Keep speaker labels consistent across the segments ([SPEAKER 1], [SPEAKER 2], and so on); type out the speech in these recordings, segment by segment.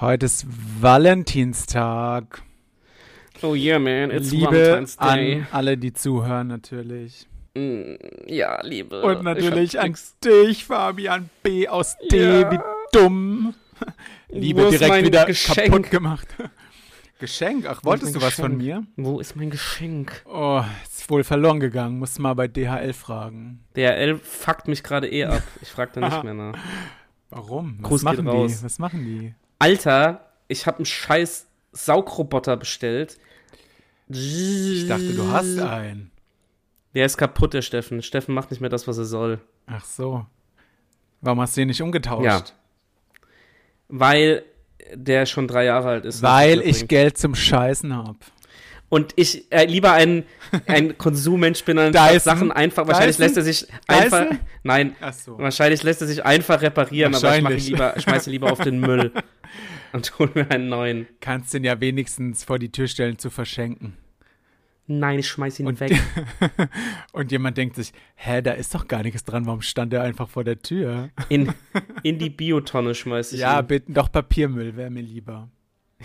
[SPEAKER 1] Heute ist Valentinstag.
[SPEAKER 2] Oh yeah, man, it's
[SPEAKER 1] Liebe
[SPEAKER 2] Valentine's Day.
[SPEAKER 1] an alle, die zuhören, natürlich.
[SPEAKER 2] Mm, ja, Liebe.
[SPEAKER 1] Und natürlich an dich, Fabian B. aus D.
[SPEAKER 2] Ja.
[SPEAKER 1] Wie dumm. Liebe
[SPEAKER 2] Wo ist
[SPEAKER 1] direkt
[SPEAKER 2] mein
[SPEAKER 1] wieder
[SPEAKER 2] Geschenk?
[SPEAKER 1] kaputt gemacht. Geschenk? Ach, wolltest
[SPEAKER 2] mein
[SPEAKER 1] du was von
[SPEAKER 2] Geschenk?
[SPEAKER 1] mir?
[SPEAKER 2] Wo ist mein Geschenk?
[SPEAKER 1] Oh, ist wohl verloren gegangen. Muss mal bei DHL fragen.
[SPEAKER 2] DRL fuckt mich gerade eh ab. Ich frag da nicht mehr nach.
[SPEAKER 1] Warum? Was
[SPEAKER 2] Gruß geht
[SPEAKER 1] machen die?
[SPEAKER 2] raus.
[SPEAKER 1] Was machen die?
[SPEAKER 2] Alter, ich hab einen scheiß Saugroboter bestellt.
[SPEAKER 1] Ich dachte, du
[SPEAKER 2] Äh.
[SPEAKER 1] hast einen.
[SPEAKER 2] Der ist kaputt, der Steffen. Steffen macht nicht mehr das, was er soll.
[SPEAKER 1] Ach so. Warum hast du den nicht umgetauscht?
[SPEAKER 2] Ja. Weil der schon drei Jahre alt ist.
[SPEAKER 1] Weil
[SPEAKER 2] Das
[SPEAKER 1] ich
[SPEAKER 2] bringt.
[SPEAKER 1] Geld zum Scheißen habe.
[SPEAKER 2] Und ich äh, lieber ein, ein Konsummensch bin, dann
[SPEAKER 1] Dyson?
[SPEAKER 2] Sachen einfach. Wahrscheinlich
[SPEAKER 1] Dyson?
[SPEAKER 2] lässt er sich einfach.
[SPEAKER 1] Dyson?
[SPEAKER 2] Nein,
[SPEAKER 1] Ach so.
[SPEAKER 2] Wahrscheinlich lässt er sich einfach reparieren, aber ich mache ihn
[SPEAKER 1] Wahrscheinlich.
[SPEAKER 2] lieber, schmeiße ihn lieber auf den Müll und hol mir einen neuen.
[SPEAKER 1] Kannst den ja wenigstens vor die Tür stellen zu verschenken.
[SPEAKER 2] Nein, ich schmeiß ihn
[SPEAKER 1] Und-
[SPEAKER 2] weg.
[SPEAKER 1] Und jemand denkt sich, hä, da ist doch gar nichts dran, warum stand der einfach vor der Tür?
[SPEAKER 2] In, in die Biotonne schmeiß ich
[SPEAKER 1] Ja, bitte, doch Papiermüll wäre mir lieber.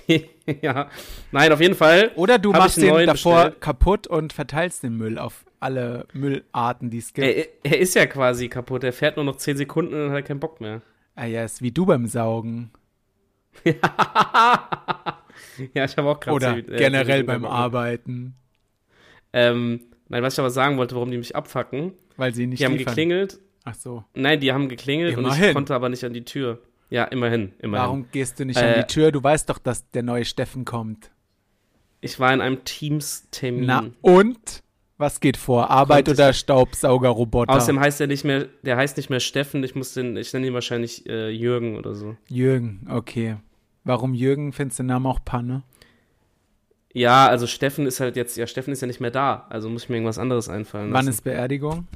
[SPEAKER 2] ihn. ja. Nein, auf jeden Fall.
[SPEAKER 1] Oder du
[SPEAKER 2] Hab
[SPEAKER 1] machst
[SPEAKER 2] ich einen
[SPEAKER 1] den
[SPEAKER 2] neuen
[SPEAKER 1] davor
[SPEAKER 2] bestellt.
[SPEAKER 1] kaputt und verteilst den Müll auf alle Müllarten, die es gibt.
[SPEAKER 2] Er, er ist ja quasi kaputt. Er fährt nur noch 10 Sekunden und hat keinen Bock mehr.
[SPEAKER 1] Ah ja, ist wie du beim Saugen.
[SPEAKER 2] Ja, ich habe auch gerade
[SPEAKER 1] Oder
[SPEAKER 2] zehn- äh, zehn
[SPEAKER 1] generell
[SPEAKER 2] Sekunden
[SPEAKER 1] beim
[SPEAKER 2] Bock.
[SPEAKER 1] Arbeiten,
[SPEAKER 2] Ähm, nein, was ich aber sagen wollte, warum die mich abfacken.
[SPEAKER 1] weil sie nicht
[SPEAKER 2] Die haben
[SPEAKER 1] liefern.
[SPEAKER 2] geklingelt.
[SPEAKER 1] Ach so.
[SPEAKER 2] Nein, die haben geklingelt und ich
[SPEAKER 1] Immerhin.
[SPEAKER 2] konnte aber nicht an die Tür. Ja, immerhin, immerhin.
[SPEAKER 1] Warum gehst du nicht
[SPEAKER 2] Äh,
[SPEAKER 1] an die Tür? Du weißt doch, dass der neue Steffen kommt.
[SPEAKER 2] Ich war in einem Teams-Termin.
[SPEAKER 1] Na und? Was geht vor? Arbeit
[SPEAKER 2] Konnte ich-
[SPEAKER 1] oder Staubsaugerroboter?
[SPEAKER 2] Außerdem heißt er nicht mehr, der heißt nicht mehr Steffen, ich muss den, ich nenne ihn wahrscheinlich äh, Jürgen oder so.
[SPEAKER 1] Jürgen, okay. Warum Jürgen? Findest du den Namen auch Panne?
[SPEAKER 2] Ja, also Steffen ist halt jetzt, ja, Steffen ist ja nicht mehr da, also muss ich mir irgendwas anderes einfallen
[SPEAKER 1] Wann
[SPEAKER 2] lassen.
[SPEAKER 1] ist Beerdigung?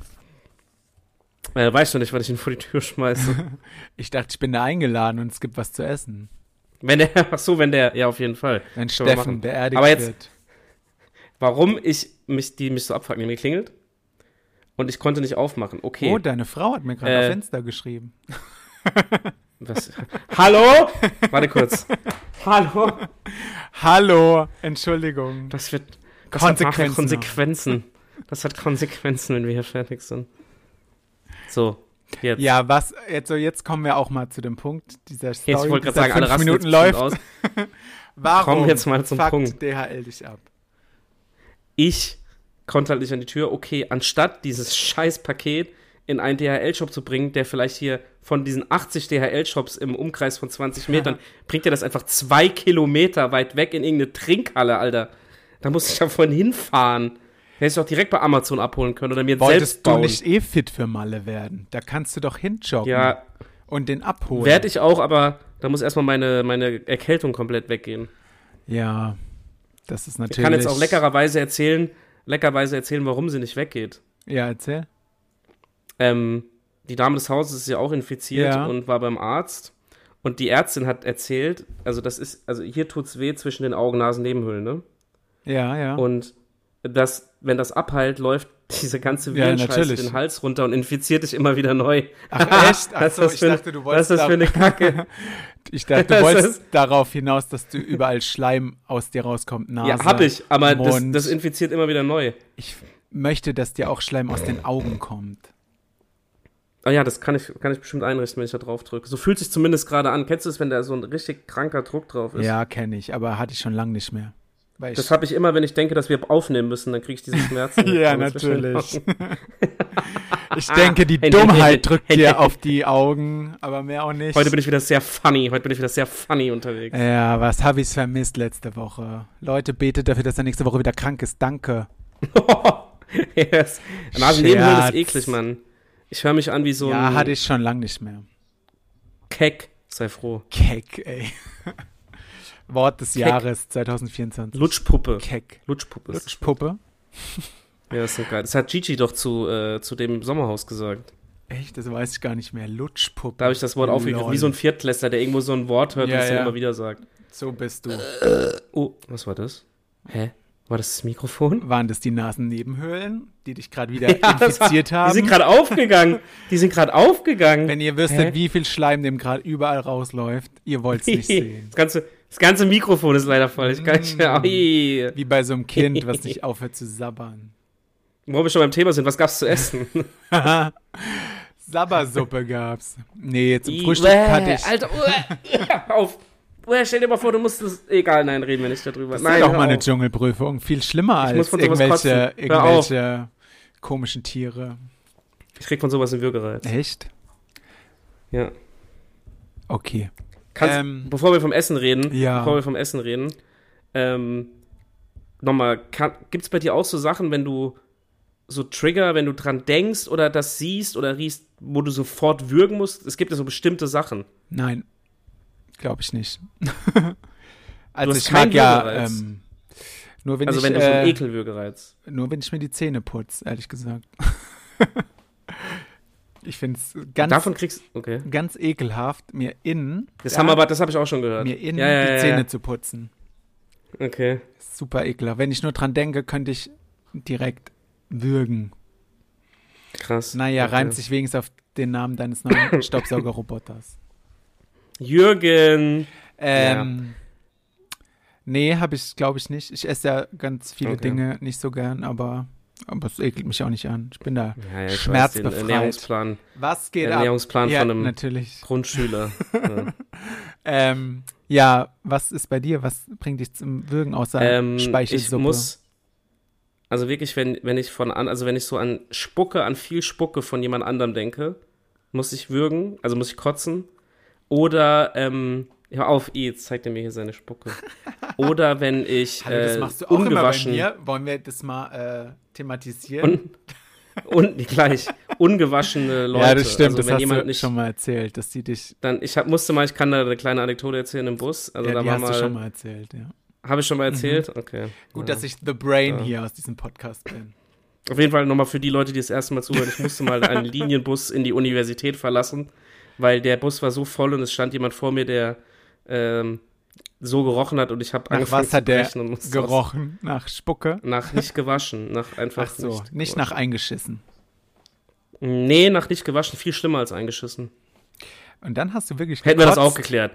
[SPEAKER 2] äh, weißt du nicht, wann ich ihn vor die Tür schmeiße.
[SPEAKER 1] Ich dachte, ich bin da eingeladen und es gibt was zu essen.
[SPEAKER 2] wenn der, ach so, wenn der, ja, auf jeden Fall.
[SPEAKER 1] Wenn
[SPEAKER 2] Können wir
[SPEAKER 1] Steffen
[SPEAKER 2] machen.
[SPEAKER 1] beerdigt
[SPEAKER 2] Aber jetzt-
[SPEAKER 1] wird.
[SPEAKER 2] Warum ich mich, die mich so abfragen, die mir klingelt und ich konnte nicht aufmachen. Okay.
[SPEAKER 1] Oh, deine Frau hat mir gerade
[SPEAKER 2] Äh,
[SPEAKER 1] auf Insta geschrieben.
[SPEAKER 2] Was? Hallo? Warte kurz. Hallo?
[SPEAKER 1] Hallo, Entschuldigung.
[SPEAKER 2] Das wird, das hat nachher
[SPEAKER 1] Konsequenzen
[SPEAKER 2] Konsequenzen. Das hat Konsequenzen, wenn wir hier fertig sind. So, jetzt.
[SPEAKER 1] Ja, was, jetzt, so jetzt kommen wir auch mal zu dem Punkt dieser Story.
[SPEAKER 2] Jetzt wollte
[SPEAKER 1] die
[SPEAKER 2] ich gerade sagen,
[SPEAKER 1] seit
[SPEAKER 2] alle
[SPEAKER 1] fünf Minuten
[SPEAKER 2] rasten jetzt bestimmt
[SPEAKER 1] läuft.
[SPEAKER 2] aus.
[SPEAKER 1] Warum
[SPEAKER 2] Kommen jetzt mal zum
[SPEAKER 1] fuckt
[SPEAKER 2] Punkt.
[SPEAKER 1] DHL dich ab?
[SPEAKER 2] Ich konnte halt nicht an die Tür. Okay, anstatt dieses scheiß Paket in einen DHL-Shop zu bringen, der vielleicht hier von diesen 80 DHL-Shops im Umkreis von 20 Metern, bringt er das einfach zwei Kilometer weit weg in irgendeine Trinkhalle, Alter. Da muss ich ja vorhin hinfahren. Hätte ich doch direkt bei Amazon abholen können oder mir selbst
[SPEAKER 1] Wolltest du
[SPEAKER 2] bauen.
[SPEAKER 1] nicht eh fit für Malle werden? Da kannst du doch hinjoggen
[SPEAKER 2] ja,
[SPEAKER 1] und den abholen.
[SPEAKER 2] Werde ich auch, aber da muss erstmal meine, meine Erkältung komplett weggehen.
[SPEAKER 1] Ja, das ist natürlich.
[SPEAKER 2] Ich kann jetzt auch leckererweise erzählen, leckerweise erzählen, warum sie nicht weggeht.
[SPEAKER 1] Ja, erzähl.
[SPEAKER 2] Ähm, die Dame des Hauses ist ja auch infiziert
[SPEAKER 1] Ja.
[SPEAKER 2] und war beim Arzt. Und die Ärztin hat erzählt, also das ist, also hier tut's weh zwischen den Augen, Nasen, Nebenhöhlen, ne?
[SPEAKER 1] Ja, ja.
[SPEAKER 2] Und das, wenn das abheilt, läuft diese ganze
[SPEAKER 1] Ja,
[SPEAKER 2] Virenscheiße
[SPEAKER 1] natürlich.
[SPEAKER 2] den Hals runter und infiziert dich immer wieder neu.
[SPEAKER 1] Ach echt? Ach
[SPEAKER 2] Was
[SPEAKER 1] so,
[SPEAKER 2] ist das
[SPEAKER 1] ich
[SPEAKER 2] für ein-
[SPEAKER 1] dachte, du
[SPEAKER 2] Was
[SPEAKER 1] wolltest.
[SPEAKER 2] ist das für
[SPEAKER 1] da-
[SPEAKER 2] eine Kacke?
[SPEAKER 1] ich dachte, du
[SPEAKER 2] Das
[SPEAKER 1] wolltest
[SPEAKER 2] ist-
[SPEAKER 1] darauf hinaus, dass du überall Schleim aus dir rauskommt. Nase,
[SPEAKER 2] ja, hab ich, aber das,
[SPEAKER 1] Also Mund.
[SPEAKER 2] das infiziert immer wieder neu.
[SPEAKER 1] Ich möchte, dass dir auch Schleim aus den Augen kommt.
[SPEAKER 2] Ah ja, das kann ich, kann ich bestimmt einrichten, wenn ich da drauf drücke. So fühlt sich zumindest gerade an. Kennst du es, wenn da so ein richtig kranker Druck drauf ist?
[SPEAKER 1] Ja, kenne ich, aber hatte ich schon lange nicht mehr. Weil ich,
[SPEAKER 2] Das habe ich immer, wenn ich denke, dass wir aufnehmen müssen, dann kriege ich diese Schmerzen.
[SPEAKER 1] Ja,
[SPEAKER 2] Also zwischen den
[SPEAKER 1] natürlich.
[SPEAKER 2] Augen.
[SPEAKER 1] ich denke, die
[SPEAKER 2] Ah, Hey, hey,
[SPEAKER 1] Dummheit drückt
[SPEAKER 2] hey,
[SPEAKER 1] dir
[SPEAKER 2] hey.
[SPEAKER 1] auf die Augen, aber mehr auch nicht.
[SPEAKER 2] Heute bin ich wieder sehr funny. Heute bin ich wieder sehr funny unterwegs.
[SPEAKER 1] ja, was habe ich vermisst letzte Woche? Leute, betet dafür, dass er nächste Woche wieder krank ist. Danke.
[SPEAKER 2] yes. Nasennebenhöhlen ist
[SPEAKER 1] Äh. Scherz.
[SPEAKER 2] eklig, Mann. Ich höre mich an wie so
[SPEAKER 1] Ja,
[SPEAKER 2] ein
[SPEAKER 1] hatte ich schon lange nicht mehr.
[SPEAKER 2] Keck. Sei froh.
[SPEAKER 1] Keck, ey. Wort des
[SPEAKER 2] Keck.
[SPEAKER 1] Jahres 2024.
[SPEAKER 2] Lutschpuppe.
[SPEAKER 1] Keck.
[SPEAKER 2] Lutschpuppe. ist-
[SPEAKER 1] Lutschpuppe.
[SPEAKER 2] Ja, das ist geil. Das hat Gigi doch zu, äh, zu dem Sommerhaus gesagt.
[SPEAKER 1] Echt, das weiß ich gar nicht mehr. Lutschpuppe.
[SPEAKER 2] Da habe ich das Wort
[SPEAKER 1] Lol.
[SPEAKER 2] aufgegriffen, wie so ein Viertklässler, der irgendwo so ein Wort hört
[SPEAKER 1] Ja,
[SPEAKER 2] und es dann
[SPEAKER 1] ja.
[SPEAKER 2] Äh. immer wieder sagt.
[SPEAKER 1] So bist du.
[SPEAKER 2] Oh, was war das? Hä? War das das Mikrofon?
[SPEAKER 1] Waren das die Nasennebenhöhlen, die dich gerade wieder
[SPEAKER 2] das war-
[SPEAKER 1] infiziert haben?
[SPEAKER 2] Die sind gerade aufgegangen. Die sind gerade aufgegangen.
[SPEAKER 1] Wenn ihr wüsstet,
[SPEAKER 2] Hä?
[SPEAKER 1] wie viel Schleim dem gerade überall rausläuft, ihr wollt's nicht sehen. Mm.
[SPEAKER 2] das, ganze, das ganze Mikrofon ist leider voll. Ich kann nicht mehr. Ui.
[SPEAKER 1] Wie bei so einem Kind, was nicht aufhört zu sabbern.
[SPEAKER 2] Wo wir schon beim Thema sind, was gab's zu essen?
[SPEAKER 1] Sabbersuppe gab's. Nee, zum
[SPEAKER 2] Ih,
[SPEAKER 1] Frühstück
[SPEAKER 2] bäh,
[SPEAKER 1] hatte ich.
[SPEAKER 2] Alter, uah, hör auf. Uah, stell dir mal vor, du musst das. Egal, nein, reden wir nicht darüber.
[SPEAKER 1] Das
[SPEAKER 2] nein,
[SPEAKER 1] ist doch
[SPEAKER 2] hör
[SPEAKER 1] mal eine
[SPEAKER 2] auf.
[SPEAKER 1] Dschungelprüfung. Viel schlimmer
[SPEAKER 2] Ich muss
[SPEAKER 1] als
[SPEAKER 2] von sowas
[SPEAKER 1] irgendwelche,
[SPEAKER 2] kotzen. Hör auf.
[SPEAKER 1] irgendwelche komischen Tiere.
[SPEAKER 2] Ich krieg von sowas einen Würgereiz.
[SPEAKER 1] Echt?
[SPEAKER 2] Ja.
[SPEAKER 1] Okay.
[SPEAKER 2] Kannst,
[SPEAKER 1] Ähm,
[SPEAKER 2] bevor wir vom Essen reden,
[SPEAKER 1] Ja.
[SPEAKER 2] bevor wir vom Essen reden, ähm, nochmal, gibt es bei dir auch so Sachen, wenn du so Trigger, wenn du dran denkst oder das siehst oder riechst, wo du sofort würgen musst? Es gibt ja so bestimmte Sachen.
[SPEAKER 1] Nein. Glaube ich nicht. also
[SPEAKER 2] hast
[SPEAKER 1] ich
[SPEAKER 2] keinen
[SPEAKER 1] mag ja.
[SPEAKER 2] Würgereiz.
[SPEAKER 1] Ähm, nur wenn
[SPEAKER 2] Also
[SPEAKER 1] ich,
[SPEAKER 2] wenn du so
[SPEAKER 1] äh,
[SPEAKER 2] einen Ekelwürgereiz.
[SPEAKER 1] Nur wenn ich mir die Zähne putze, ehrlich gesagt. ich finde es ganz,
[SPEAKER 2] Davon kriegst Okay.
[SPEAKER 1] ganz ekelhaft, mir innen,
[SPEAKER 2] Das
[SPEAKER 1] Ja.
[SPEAKER 2] haben wir aber, das habe ich auch schon gehört.
[SPEAKER 1] mir innen
[SPEAKER 2] ja, ja,
[SPEAKER 1] die
[SPEAKER 2] ja,
[SPEAKER 1] Zähne
[SPEAKER 2] ja.
[SPEAKER 1] zu putzen.
[SPEAKER 2] Okay.
[SPEAKER 1] Super ekelhaft. Wenn ich nur dran denke, könnte ich direkt würgen.
[SPEAKER 2] Krass.
[SPEAKER 1] Naja,
[SPEAKER 2] okay.
[SPEAKER 1] reimt sich wenigstens auf den Namen deines neuen Staubsaugerroboters.
[SPEAKER 2] Jürgen.
[SPEAKER 1] Ähm, Nee, habe ich, glaube ich, nicht. Ich esse ja ganz viele
[SPEAKER 2] Okay.
[SPEAKER 1] Dinge nicht so gern, aber, aber es ekelt mich auch nicht an. Ich bin da.
[SPEAKER 2] Ja, ja, ich weiß,
[SPEAKER 1] Schmerzbefreit.
[SPEAKER 2] Den Ernährungsplan,
[SPEAKER 1] Was
[SPEAKER 2] den
[SPEAKER 1] geht ab?
[SPEAKER 2] Ernährungsplan
[SPEAKER 1] Ja,
[SPEAKER 2] von einem
[SPEAKER 1] natürlich.
[SPEAKER 2] Grundschüler. ja.
[SPEAKER 1] Ähm, ja, was ist bei dir? Was bringt dich zum Würgen außer
[SPEAKER 2] ähm, ich
[SPEAKER 1] Speichelsuppe?
[SPEAKER 2] muss, also wirklich, wenn, wenn ich von an, also wenn ich so an Spucke, an viel Spucke von jemand anderem denke, muss ich würgen, also muss ich kotzen. Oder, ähm, hör auf, I, jetzt zeigt er mir hier seine Spucke. Oder wenn ich
[SPEAKER 1] Hallo, das
[SPEAKER 2] äh,
[SPEAKER 1] machst du auch immer bei
[SPEAKER 2] ungewaschen
[SPEAKER 1] mir. Wollen wir das mal äh, thematisieren?
[SPEAKER 2] und, und gleich ungewaschene Leute.
[SPEAKER 1] ja, das stimmt.
[SPEAKER 2] Also,
[SPEAKER 1] das
[SPEAKER 2] wenn
[SPEAKER 1] hast
[SPEAKER 2] jemand
[SPEAKER 1] du
[SPEAKER 2] nicht,
[SPEAKER 1] schon mal erzählt, dass die dich.
[SPEAKER 2] dann ich hab, musste mal, ich kann da eine kleine Anekdote erzählen im Bus. Also
[SPEAKER 1] ja,
[SPEAKER 2] da
[SPEAKER 1] die
[SPEAKER 2] war
[SPEAKER 1] hast
[SPEAKER 2] mal,
[SPEAKER 1] du schon mal Mhm. erzählt, ja.
[SPEAKER 2] habe ich schon mal erzählt. Okay.
[SPEAKER 1] Gut,
[SPEAKER 2] ja.
[SPEAKER 1] dass ich The Brain
[SPEAKER 2] Ja.
[SPEAKER 1] hier aus diesem Podcast äh, bin.
[SPEAKER 2] Auf jeden Fall nochmal für die Leute, die das erste Mal zuhören. Ich musste mal einen Linienbus in die Universität verlassen, weil der Bus war so voll und es stand jemand vor mir, der ähm, so gerochen hat und ich habe
[SPEAKER 1] Nach
[SPEAKER 2] angefangen
[SPEAKER 1] was hat
[SPEAKER 2] zu
[SPEAKER 1] der
[SPEAKER 2] brechen und musste raus.
[SPEAKER 1] gerochen? Nach Spucke?
[SPEAKER 2] Nach nicht gewaschen, nach einfach
[SPEAKER 1] Ach so, nicht,
[SPEAKER 2] nicht
[SPEAKER 1] nach eingeschissen.
[SPEAKER 2] Nee, nach nicht gewaschen, viel schlimmer als eingeschissen.
[SPEAKER 1] Und dann hast du wirklich
[SPEAKER 2] Hätten wir das auch
[SPEAKER 1] gekotzt.
[SPEAKER 2] geklärt.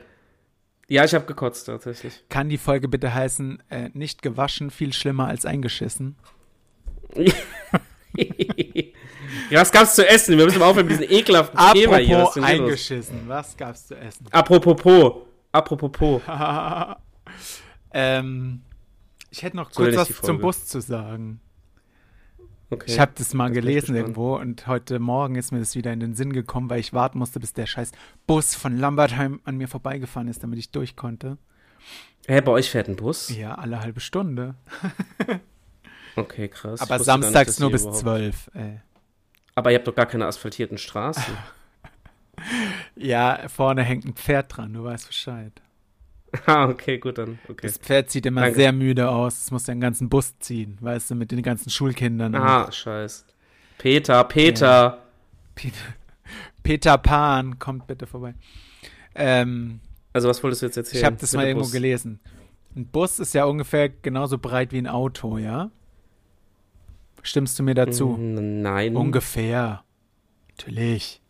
[SPEAKER 2] Ja, ich habe gekotzt tatsächlich.
[SPEAKER 1] Kann die Folge bitte heißen, äh, nicht gewaschen, viel schlimmer als eingeschissen?
[SPEAKER 2] ja, was gab's zu essen? Wir müssen mal aufhören mit diesem ekelhaften Thema hier.
[SPEAKER 1] Apropos
[SPEAKER 2] Was ist denn hier los?
[SPEAKER 1] eingeschissen, was gab's zu essen?
[SPEAKER 2] Apropos. Apropos.
[SPEAKER 1] ähm, ich hätte noch
[SPEAKER 2] So
[SPEAKER 1] kurz
[SPEAKER 2] nenn ich
[SPEAKER 1] was
[SPEAKER 2] die Folge.
[SPEAKER 1] zum Bus zu sagen.
[SPEAKER 2] Okay.
[SPEAKER 1] Ich habe das mal
[SPEAKER 2] bin ich
[SPEAKER 1] gelesen
[SPEAKER 2] gespannt.
[SPEAKER 1] irgendwo und heute Morgen ist mir das wieder in den Sinn gekommen, weil ich warten musste, bis der scheiß Bus von Lambertheim an mir vorbeigefahren ist, damit ich durch konnte.
[SPEAKER 2] Hä, bei euch fährt ein Bus?
[SPEAKER 1] Ja, alle halbe Stunde.
[SPEAKER 2] Okay, krass. Ich
[SPEAKER 1] Aber
[SPEAKER 2] wusste gar nicht,
[SPEAKER 1] samstags
[SPEAKER 2] dass
[SPEAKER 1] nur
[SPEAKER 2] ihr
[SPEAKER 1] bis
[SPEAKER 2] überhaupt-
[SPEAKER 1] zwölf. Ey.
[SPEAKER 2] Aber ihr habt doch gar keine asphaltierten Straßen.
[SPEAKER 1] Ja, vorne hängt ein Pferd dran, du weißt Bescheid.
[SPEAKER 2] ah, okay, gut dann. Okay.
[SPEAKER 1] Das Pferd sieht immer
[SPEAKER 2] Danke.
[SPEAKER 1] sehr müde aus. Es muss den ganzen Bus ziehen, weißt du, mit den ganzen Schulkindern.
[SPEAKER 2] Ah, scheiß. Peter, Peter.
[SPEAKER 1] Peter, Peter Pan, kommt bitte vorbei. Ähm,
[SPEAKER 2] Also, was wolltest du jetzt erzählen?
[SPEAKER 1] ich habe das
[SPEAKER 2] Mit
[SPEAKER 1] mal
[SPEAKER 2] dem
[SPEAKER 1] irgendwo
[SPEAKER 2] Bus?
[SPEAKER 1] gelesen. Ein Bus ist ja ungefähr genauso breit wie ein Auto, ja? Stimmst du mir dazu?
[SPEAKER 2] Mm, Nein.
[SPEAKER 1] Ungefähr. Natürlich.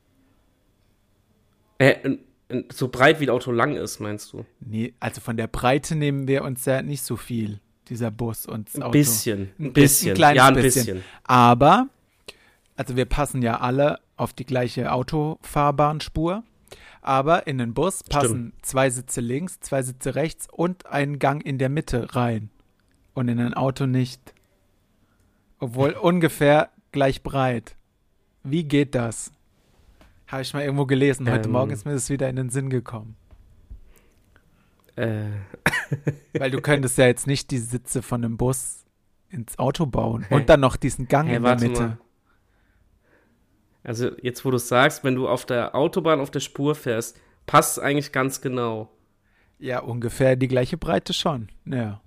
[SPEAKER 2] äh, n- n- so breit wie ein Auto lang ist, meinst du?
[SPEAKER 1] Nee, also von der Breite nehmen wir uns ja nicht so viel, dieser Bus und das
[SPEAKER 2] Ein
[SPEAKER 1] Auto.
[SPEAKER 2] bisschen.
[SPEAKER 1] Ein
[SPEAKER 2] Ein
[SPEAKER 1] bisschen,
[SPEAKER 2] bisschen.
[SPEAKER 1] kleines
[SPEAKER 2] ja, ein
[SPEAKER 1] bisschen.
[SPEAKER 2] bisschen.
[SPEAKER 1] Aber, also wir passen ja alle auf die gleiche Autofahrbahnspur. Aber in den Bus passen zwei Sitze links, zwei Sitze rechts und einen Gang in der Mitte rein. Und in ein Auto nicht. Obwohl ungefähr gleich breit. Wie geht das? Habe ich mal irgendwo gelesen. Heute
[SPEAKER 2] Ähm.
[SPEAKER 1] Morgen ist mir das wieder in den Sinn gekommen.
[SPEAKER 2] Äh,
[SPEAKER 1] Weil du könntest ja jetzt nicht die Sitze von einem Bus ins Auto bauen. Und dann noch diesen Gang
[SPEAKER 2] Hey,
[SPEAKER 1] Ah, in der
[SPEAKER 2] warte
[SPEAKER 1] Mitte.
[SPEAKER 2] mal. Also jetzt, wo du es sagst, wenn du auf der Autobahn auf der Spur fährst, passt es eigentlich ganz genau.
[SPEAKER 1] Ja, ungefähr die gleiche Breite schon. Ja.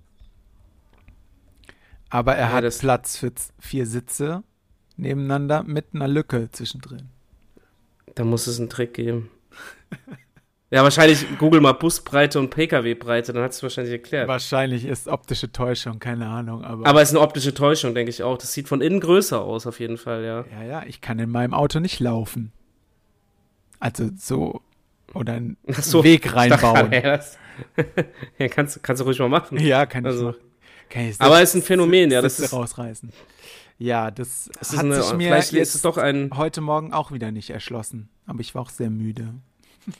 [SPEAKER 1] Aber er
[SPEAKER 2] Ja,
[SPEAKER 1] hat
[SPEAKER 2] das-
[SPEAKER 1] Platz für z- vier Sitze nebeneinander mit einer Lücke zwischendrin.
[SPEAKER 2] Da muss es einen Trick geben. Ja, wahrscheinlich google mal Busbreite und Pkw-Breite, dann hat es wahrscheinlich erklärt.
[SPEAKER 1] Wahrscheinlich ist optische Täuschung, keine Ahnung. Aber,
[SPEAKER 2] Aber es ist eine optische Täuschung, denke ich auch. Das sieht von innen größer aus, auf jeden Fall, ja.
[SPEAKER 1] ja, ja, ich kann in meinem Auto nicht laufen. Also so oder einen
[SPEAKER 2] Ach so,
[SPEAKER 1] Weg
[SPEAKER 2] ich dachte
[SPEAKER 1] reinbauen.
[SPEAKER 2] gerade, ja, das- ja, kannst, kannst du ruhig mal machen.
[SPEAKER 1] ja, kann
[SPEAKER 2] Also-
[SPEAKER 1] ich machen. Kann ich
[SPEAKER 2] Aber es ist ein Phänomen, ja, das
[SPEAKER 1] Sitze
[SPEAKER 2] ist-
[SPEAKER 1] rausreißen. Ja, das,
[SPEAKER 2] Es
[SPEAKER 1] hat
[SPEAKER 2] eine,
[SPEAKER 1] sich mir
[SPEAKER 2] vielleicht
[SPEAKER 1] jetzt
[SPEAKER 2] ist es doch ein,
[SPEAKER 1] heute Morgen auch wieder nicht erschlossen. Aber ich war auch sehr müde.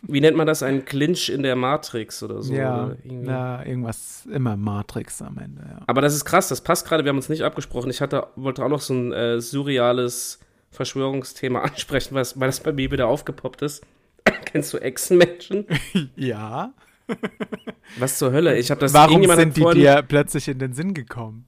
[SPEAKER 2] wie nennt man das, ein Clinch in der Matrix oder so.
[SPEAKER 1] ja,
[SPEAKER 2] oder irgendwie.
[SPEAKER 1] na, irgendwas immer Matrix am Ende. Ja.
[SPEAKER 2] Aber das ist krass, das passt gerade, wir haben uns nicht abgesprochen. Ich hatte, wollte auch noch so ein äh, surreales Verschwörungsthema ansprechen, was, weil das bei mir wieder aufgepoppt ist. Kennst du Echsenmenschen?
[SPEAKER 1] ja.
[SPEAKER 2] Was zur Hölle? Ich habe das
[SPEAKER 1] Warum
[SPEAKER 2] irgendjemand
[SPEAKER 1] sind
[SPEAKER 2] hat
[SPEAKER 1] die
[SPEAKER 2] vorhin-
[SPEAKER 1] dir plötzlich in den Sinn gekommen?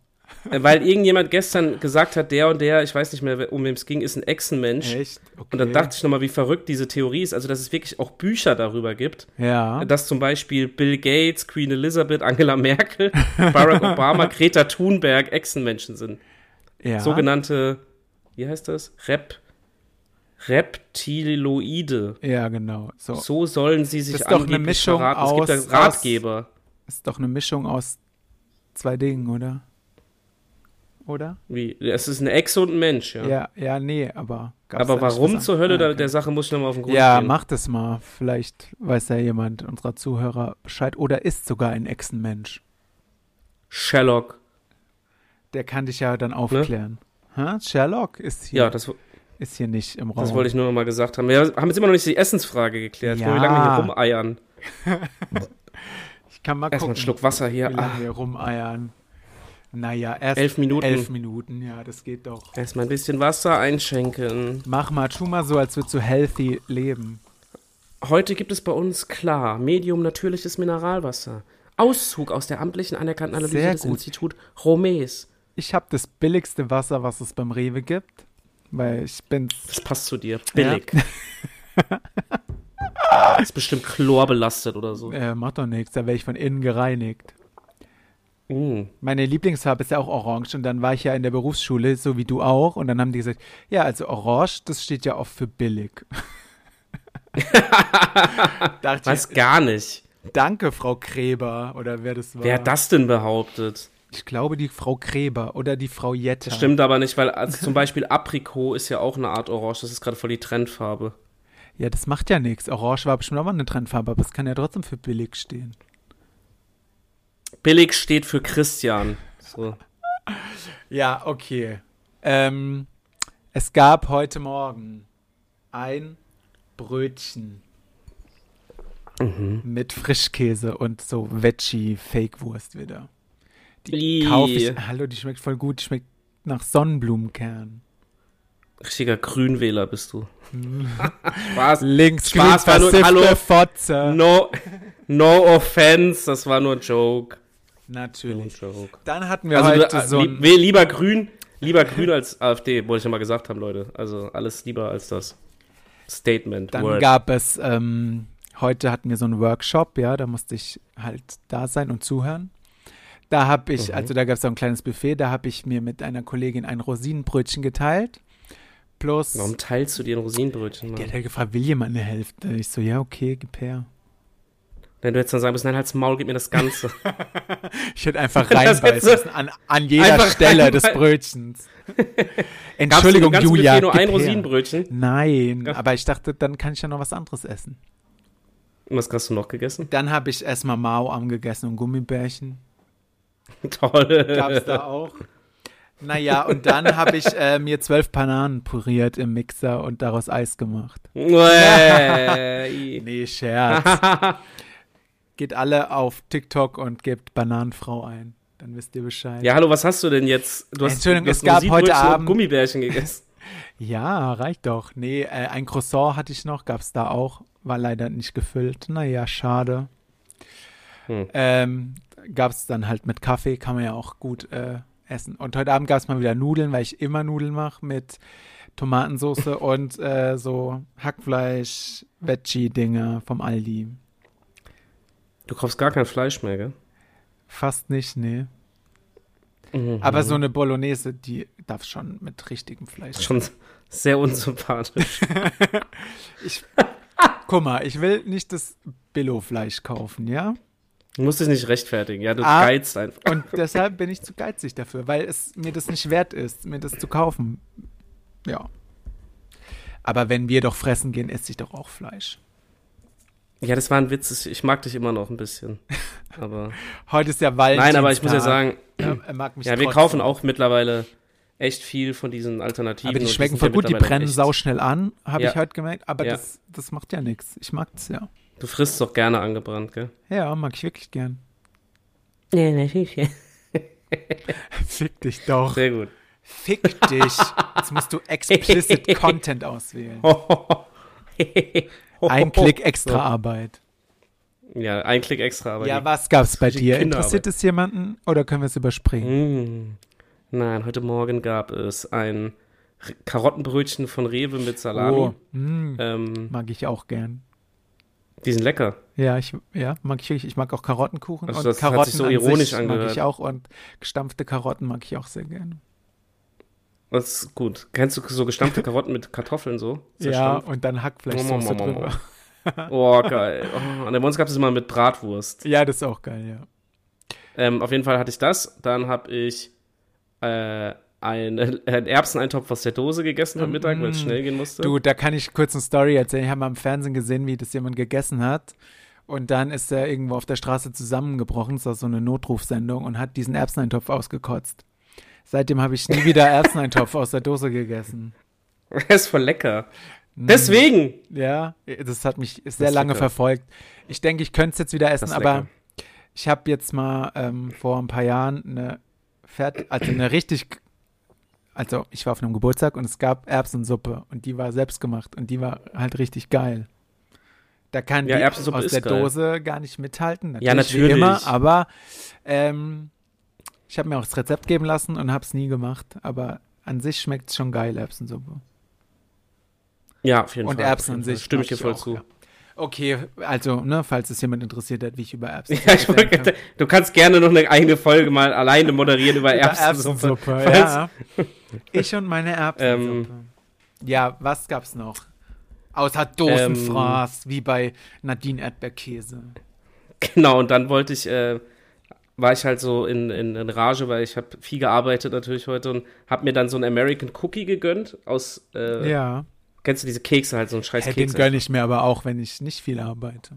[SPEAKER 2] äh, Weil irgendjemand gestern gesagt hat, der und der, ich weiß nicht mehr, wer- um wem es ging, ist ein Echsenmensch.
[SPEAKER 1] Echt? Okay.
[SPEAKER 2] Und dann dachte ich nochmal, wie verrückt diese Theorie ist. Also, dass es wirklich auch Bücher darüber gibt.
[SPEAKER 1] ja.
[SPEAKER 2] dass zum Beispiel Bill Gates, Queen Elizabeth, Angela Merkel, Barack Obama, Greta Thunberg Echsenmenschen sind.
[SPEAKER 1] ja.
[SPEAKER 2] Sogenannte, wie heißt das? Rep Reptiloide.
[SPEAKER 1] Ja, genau. So.
[SPEAKER 2] So sollen sie sich
[SPEAKER 1] Das ist doch eine
[SPEAKER 2] angeblich
[SPEAKER 1] Mischung
[SPEAKER 2] verraten. es
[SPEAKER 1] aus-
[SPEAKER 2] gibt da Ratgeber.
[SPEAKER 1] Ist doch eine Mischung aus zwei Dingen, oder? Oder?
[SPEAKER 2] Wie, es ist ein Ex und ein Mensch, ja.
[SPEAKER 1] Ja, ja, nee, aber. gab's
[SPEAKER 2] Aber
[SPEAKER 1] da nicht
[SPEAKER 2] warum
[SPEAKER 1] was
[SPEAKER 2] zur
[SPEAKER 1] an-
[SPEAKER 2] Hölle?
[SPEAKER 1] Ah,
[SPEAKER 2] da-
[SPEAKER 1] okay.
[SPEAKER 2] Der Sache muss ich nochmal auf den Grund
[SPEAKER 1] Ja,
[SPEAKER 2] gehen.
[SPEAKER 1] mach das mal. Vielleicht weiß ja jemand unserer Zuhörer Bescheid. Oder ist sogar ein Echsenmensch.
[SPEAKER 2] Sherlock.
[SPEAKER 1] Der kann dich ja dann aufklären. Hä? Sherlock ist hier,
[SPEAKER 2] Ne? Ja, das,
[SPEAKER 1] ist hier nicht im Raum.
[SPEAKER 2] das wollte ich nur nochmal gesagt haben. Wir haben jetzt immer noch nicht die Essensfrage geklärt.
[SPEAKER 1] Ja.
[SPEAKER 2] Wie lange wir hier rumeiern.
[SPEAKER 1] Ich kann mal
[SPEAKER 2] Erstmal
[SPEAKER 1] gucken,
[SPEAKER 2] einen Schluck Wasser
[SPEAKER 1] wie
[SPEAKER 2] hier.
[SPEAKER 1] lange
[SPEAKER 2] Ah,
[SPEAKER 1] wir rumeiern. Naja, erst
[SPEAKER 2] elf Minuten.
[SPEAKER 1] elf Minuten. Ja, das geht doch.
[SPEAKER 2] Erstmal ein bisschen Wasser einschenken.
[SPEAKER 1] Mach mal, tu mal so, als würdest du healthy leben.
[SPEAKER 2] Heute gibt es bei uns klar Medium natürliches Mineralwasser. Auszug aus der amtlichen anerkannten Analyse
[SPEAKER 1] Sehr
[SPEAKER 2] des
[SPEAKER 1] gut.
[SPEAKER 2] Institut Romes.
[SPEAKER 1] Ich habe das billigste Wasser, was es beim Rewe gibt, weil ich bin
[SPEAKER 2] Das passt zu dir. Billig. Ist bestimmt chlorbelastet oder so.
[SPEAKER 1] äh, macht doch nichts, da wäre ich von innen gereinigt.
[SPEAKER 2] Mm.
[SPEAKER 1] Meine Lieblingsfarbe ist ja auch orange und dann war ich ja in der Berufsschule, so wie du auch, und dann haben die gesagt, ja, also orange, das steht ja oft für billig. Dachte
[SPEAKER 2] Weiß
[SPEAKER 1] ich,
[SPEAKER 2] gar nicht.
[SPEAKER 1] danke, Frau Kreber, oder wer das war.
[SPEAKER 2] Wer hat das denn behauptet?
[SPEAKER 1] Ich glaube, die Frau Kreber oder die Frau Jette.
[SPEAKER 2] Stimmt aber nicht, weil also zum Beispiel Aprikot ist ja auch eine Art Orange. Das ist gerade voll die Trendfarbe.
[SPEAKER 1] Ja, das macht ja nichts. Orange war bestimmt auch mal eine Trendfarbe, aber es kann ja trotzdem für billig stehen.
[SPEAKER 2] Billig steht für Christian. So.
[SPEAKER 1] Ja, okay. Ähm, es gab heute Morgen ein Brötchen
[SPEAKER 2] Mhm.
[SPEAKER 1] mit Frischkäse und so Veggie-Fake-Wurst wieder. Die
[SPEAKER 2] Ih.
[SPEAKER 1] kaufe ich. Hallo, die schmeckt voll gut. Die schmeckt nach Sonnenblumenkern.
[SPEAKER 2] Richtiger Grünwähler bist du. Spaß.
[SPEAKER 1] Links,
[SPEAKER 2] Spaß, war nur-
[SPEAKER 1] versiffte
[SPEAKER 2] hallo.
[SPEAKER 1] Fotze.
[SPEAKER 2] No, no offense, das war nur ein Joke. Nur ein
[SPEAKER 1] Natürlich.
[SPEAKER 2] Joke.
[SPEAKER 1] Dann hatten wir
[SPEAKER 2] Also
[SPEAKER 1] heute
[SPEAKER 2] äh,
[SPEAKER 1] so
[SPEAKER 2] lieb,
[SPEAKER 1] ein...
[SPEAKER 2] weh- lieber grün, lieber grün als AfD, wollte ich nochmal gesagt haben, Leute. Also alles lieber als das. Statement.
[SPEAKER 1] Dann
[SPEAKER 2] Word.
[SPEAKER 1] gab es, ähm, heute hatten wir so einen Workshop, ja, da musste ich halt da sein und zuhören. Da habe
[SPEAKER 2] Mhm.
[SPEAKER 1] ich, also da gab es so ein kleines Buffet, da habe ich mir mit einer Kollegin ein Rosinenbrötchen geteilt. Plus,
[SPEAKER 2] Warum teilst du dir ein Rosinenbrötchen?
[SPEAKER 1] die hat
[SPEAKER 2] Mann?
[SPEAKER 1] halt gefragt, will jemand eine Hälfte? Ich so, ja, okay, gib her.
[SPEAKER 2] Wenn du jetzt dann sagen musst, nein, halt's Maul, gib mir das Ganze.
[SPEAKER 1] Ich hätte einfach
[SPEAKER 2] Das hättest
[SPEAKER 1] reinbeißen
[SPEAKER 2] du-
[SPEAKER 1] müssen an, an jeder
[SPEAKER 2] Einfach
[SPEAKER 1] Stelle des
[SPEAKER 2] reinbeißen.
[SPEAKER 1] Brötchens.
[SPEAKER 2] Gab's in dem
[SPEAKER 1] Entschuldigung,
[SPEAKER 2] ganzen
[SPEAKER 1] Julia.
[SPEAKER 2] Buffet nur
[SPEAKER 1] gib
[SPEAKER 2] ein
[SPEAKER 1] her.
[SPEAKER 2] Rosinenbrötchen.
[SPEAKER 1] Nein,
[SPEAKER 2] Gab's-
[SPEAKER 1] aber ich dachte, dann kann ich ja noch was anderes essen.
[SPEAKER 2] Und was hast du noch gegessen?
[SPEAKER 1] Dann habe ich erstmal Mao angegessen und Gummibärchen. gab es
[SPEAKER 2] Toll.
[SPEAKER 1] da auch. Naja, und dann habe ich äh, mir zwölf Bananen puriert im Mixer und daraus Eis gemacht.
[SPEAKER 2] Uäh.
[SPEAKER 1] Nee, Scherz. Geht alle auf TikTok und gebt Bananenfrau ein. Dann wisst ihr Bescheid.
[SPEAKER 2] ja, hallo, was hast du denn jetzt? Du hast,
[SPEAKER 1] Entschuldigung,
[SPEAKER 2] du hast
[SPEAKER 1] es gab
[SPEAKER 2] Rosinenbrötchen
[SPEAKER 1] heute
[SPEAKER 2] und
[SPEAKER 1] Abend-
[SPEAKER 2] Gummibärchen gegessen.
[SPEAKER 1] Ja, reicht doch. Nee, äh, ein Croissant hatte ich noch, gab es da auch. War leider nicht gefüllt. Naja, schade.
[SPEAKER 2] Hm.
[SPEAKER 1] Ähm, gab es dann halt mit Kaffee, kann man ja auch gut äh, essen. Und heute Abend gab es mal wieder Nudeln, weil ich immer Nudeln mache mit Tomatensauce und äh, so Hackfleisch, Veggie-Dinger vom Aldi.
[SPEAKER 2] Du kaufst gar kein Fleisch mehr, gell?
[SPEAKER 1] Fast nicht, nee. Aber so eine Bolognese, die darf schon mit richtigem Fleisch.
[SPEAKER 2] Schon sehr unsympathisch.
[SPEAKER 1] Ich Guck mal, ich will nicht das Billo-Fleisch kaufen, ja?
[SPEAKER 2] Du musst dich nicht rechtfertigen, ja, du
[SPEAKER 1] Ah,
[SPEAKER 2] geizt einfach.
[SPEAKER 1] Und deshalb bin ich zu geizig dafür, weil es mir das nicht wert ist, mir das zu kaufen. Ja. Aber wenn wir doch fressen gehen, esse ich doch auch Fleisch.
[SPEAKER 2] Ja, das war ein Witz, ich- ich mag dich immer noch ein bisschen. Aber
[SPEAKER 1] Heute ist ja Valentinstag.
[SPEAKER 2] nein, aber ich muss ja sagen,
[SPEAKER 1] Ja, er mag mich
[SPEAKER 2] ja, wir
[SPEAKER 1] trotzdem.
[SPEAKER 2] kaufen auch mittlerweile echt viel von diesen Alternativen.
[SPEAKER 1] Aber die
[SPEAKER 2] und
[SPEAKER 1] schmecken
[SPEAKER 2] sind ja
[SPEAKER 1] voll gut, die
[SPEAKER 2] mittlerweile
[SPEAKER 1] brennen
[SPEAKER 2] echt-
[SPEAKER 1] sauschnell an, habe
[SPEAKER 2] Ja.
[SPEAKER 1] ich heute gemerkt. Aber
[SPEAKER 2] Ja.
[SPEAKER 1] das, das macht ja nichts. Ich mag das ja.
[SPEAKER 2] Du frisst doch gerne angebrannt, gell?
[SPEAKER 1] Ja, mag ich wirklich gern.
[SPEAKER 2] Ja, natürlich.
[SPEAKER 1] Fick dich doch.
[SPEAKER 2] Sehr gut.
[SPEAKER 1] Fick dich. Jetzt musst du explicit Content auswählen. Ein Klick extra Arbeit.
[SPEAKER 2] Ja, ein Klick extra, aber
[SPEAKER 1] Ja,
[SPEAKER 2] die-
[SPEAKER 1] was gab's bei
[SPEAKER 2] richtige
[SPEAKER 1] dir?
[SPEAKER 2] Kinderarbeit.
[SPEAKER 1] Interessiert es jemanden oder können wir es überspringen?
[SPEAKER 2] Mm. Nein, heute Morgen gab es ein R- Karottenbrötchen von Rewe mit Salami.
[SPEAKER 1] Oh, mm,
[SPEAKER 2] Ähm,
[SPEAKER 1] mag ich auch gern.
[SPEAKER 2] die sind lecker.
[SPEAKER 1] Ja, ich, ja, mag ich wirklich. Ich mag auch Karottenkuchen
[SPEAKER 2] Also
[SPEAKER 1] und
[SPEAKER 2] das hat
[SPEAKER 1] Karotten
[SPEAKER 2] sich so
[SPEAKER 1] an
[SPEAKER 2] ironisch
[SPEAKER 1] sich mag
[SPEAKER 2] angehört.
[SPEAKER 1] ich auch und gestampfte Karotten mag ich auch sehr gerne.
[SPEAKER 2] Das ist gut. Kennst du so gestampfte Karotten mit Kartoffeln so?
[SPEAKER 1] Ja, und dann Hackfleischsoße
[SPEAKER 2] Nom, nom, nom, nom.
[SPEAKER 1] drüber.
[SPEAKER 2] Oh, geil. Oh, und bei uns gab es immer mit Bratwurst.
[SPEAKER 1] Ja, das ist auch geil, ja.
[SPEAKER 2] Ähm, auf jeden Fall hatte ich das. Dann habe ich äh, ein, äh, einen Erbseneintopf aus der Dose gegessen am Mittag, weil es
[SPEAKER 1] Mm.
[SPEAKER 2] schnell gehen musste.
[SPEAKER 1] Du, da kann ich kurz eine Story erzählen. Ich habe mal im Fernsehen gesehen, wie das jemand gegessen hat. Und dann ist er irgendwo auf der Straße zusammengebrochen. Das war so eine Notrufsendung und hat diesen Erbseneintopf ausgekotzt. Seitdem habe ich nie wieder Erbseneintopf aus der Dose gegessen.
[SPEAKER 2] Das ist voll lecker. Deswegen.
[SPEAKER 1] Hm, Ja, das hat mich sehr
[SPEAKER 2] ist
[SPEAKER 1] lange
[SPEAKER 2] lecker.
[SPEAKER 1] verfolgt. Ich denke, ich könnte es jetzt wieder
[SPEAKER 2] Das
[SPEAKER 1] essen,
[SPEAKER 2] ist
[SPEAKER 1] aber
[SPEAKER 2] lecker.
[SPEAKER 1] ich habe jetzt mal ähm, vor ein paar Jahren eine Fert also eine richtig also ich war auf einem Geburtstag und es gab Erbsensuppe und die war selbst gemacht und die war halt richtig geil. Da kann
[SPEAKER 2] Ja,
[SPEAKER 1] die aus
[SPEAKER 2] Erbsensuppe ist
[SPEAKER 1] der
[SPEAKER 2] geil.
[SPEAKER 1] Dose gar nicht mithalten.
[SPEAKER 2] Ja,
[SPEAKER 1] Wie
[SPEAKER 2] natürlich.
[SPEAKER 1] immer, aber ähm, ich habe mir auch das Rezept geben lassen und habe es nie gemacht. Aber an sich schmeckt es schon geil, Erbsensuppe.
[SPEAKER 2] Ja, auf jeden
[SPEAKER 1] Und
[SPEAKER 2] Fall.
[SPEAKER 1] Erbsen
[SPEAKER 2] auf
[SPEAKER 1] an
[SPEAKER 2] jeden Fall.
[SPEAKER 1] sich.
[SPEAKER 2] Stimme
[SPEAKER 1] mag
[SPEAKER 2] ich dir voll
[SPEAKER 1] auch,
[SPEAKER 2] zu.
[SPEAKER 1] ja. Okay, also, ne, falls es jemand interessiert hat, wie ich über Erbsen
[SPEAKER 2] Ja, ich
[SPEAKER 1] erzählen kann.
[SPEAKER 2] wollte, du kannst gerne noch eine eigene Folge mal alleine moderieren über Erbsensuppe.
[SPEAKER 1] Erbsensuppe,
[SPEAKER 2] Falls- Ähm,
[SPEAKER 1] ja. Ich und meine Erbsensuppe. ja, was gab's noch? Außer Dosenfraß,
[SPEAKER 2] Ähm,
[SPEAKER 1] wie bei Nadine Erdbeerkäse.
[SPEAKER 2] Genau, und dann wollte ich, äh, war ich halt so in, in, in Rage, weil ich habe viel gearbeitet natürlich heute und habe mir dann so einen American Cookie gegönnt aus, äh,
[SPEAKER 1] Ja.
[SPEAKER 2] kennst du diese Kekse halt, so ein scheiß
[SPEAKER 1] Hey, den
[SPEAKER 2] Keks.
[SPEAKER 1] gönne ich mir aber auch, wenn ich nicht viel arbeite.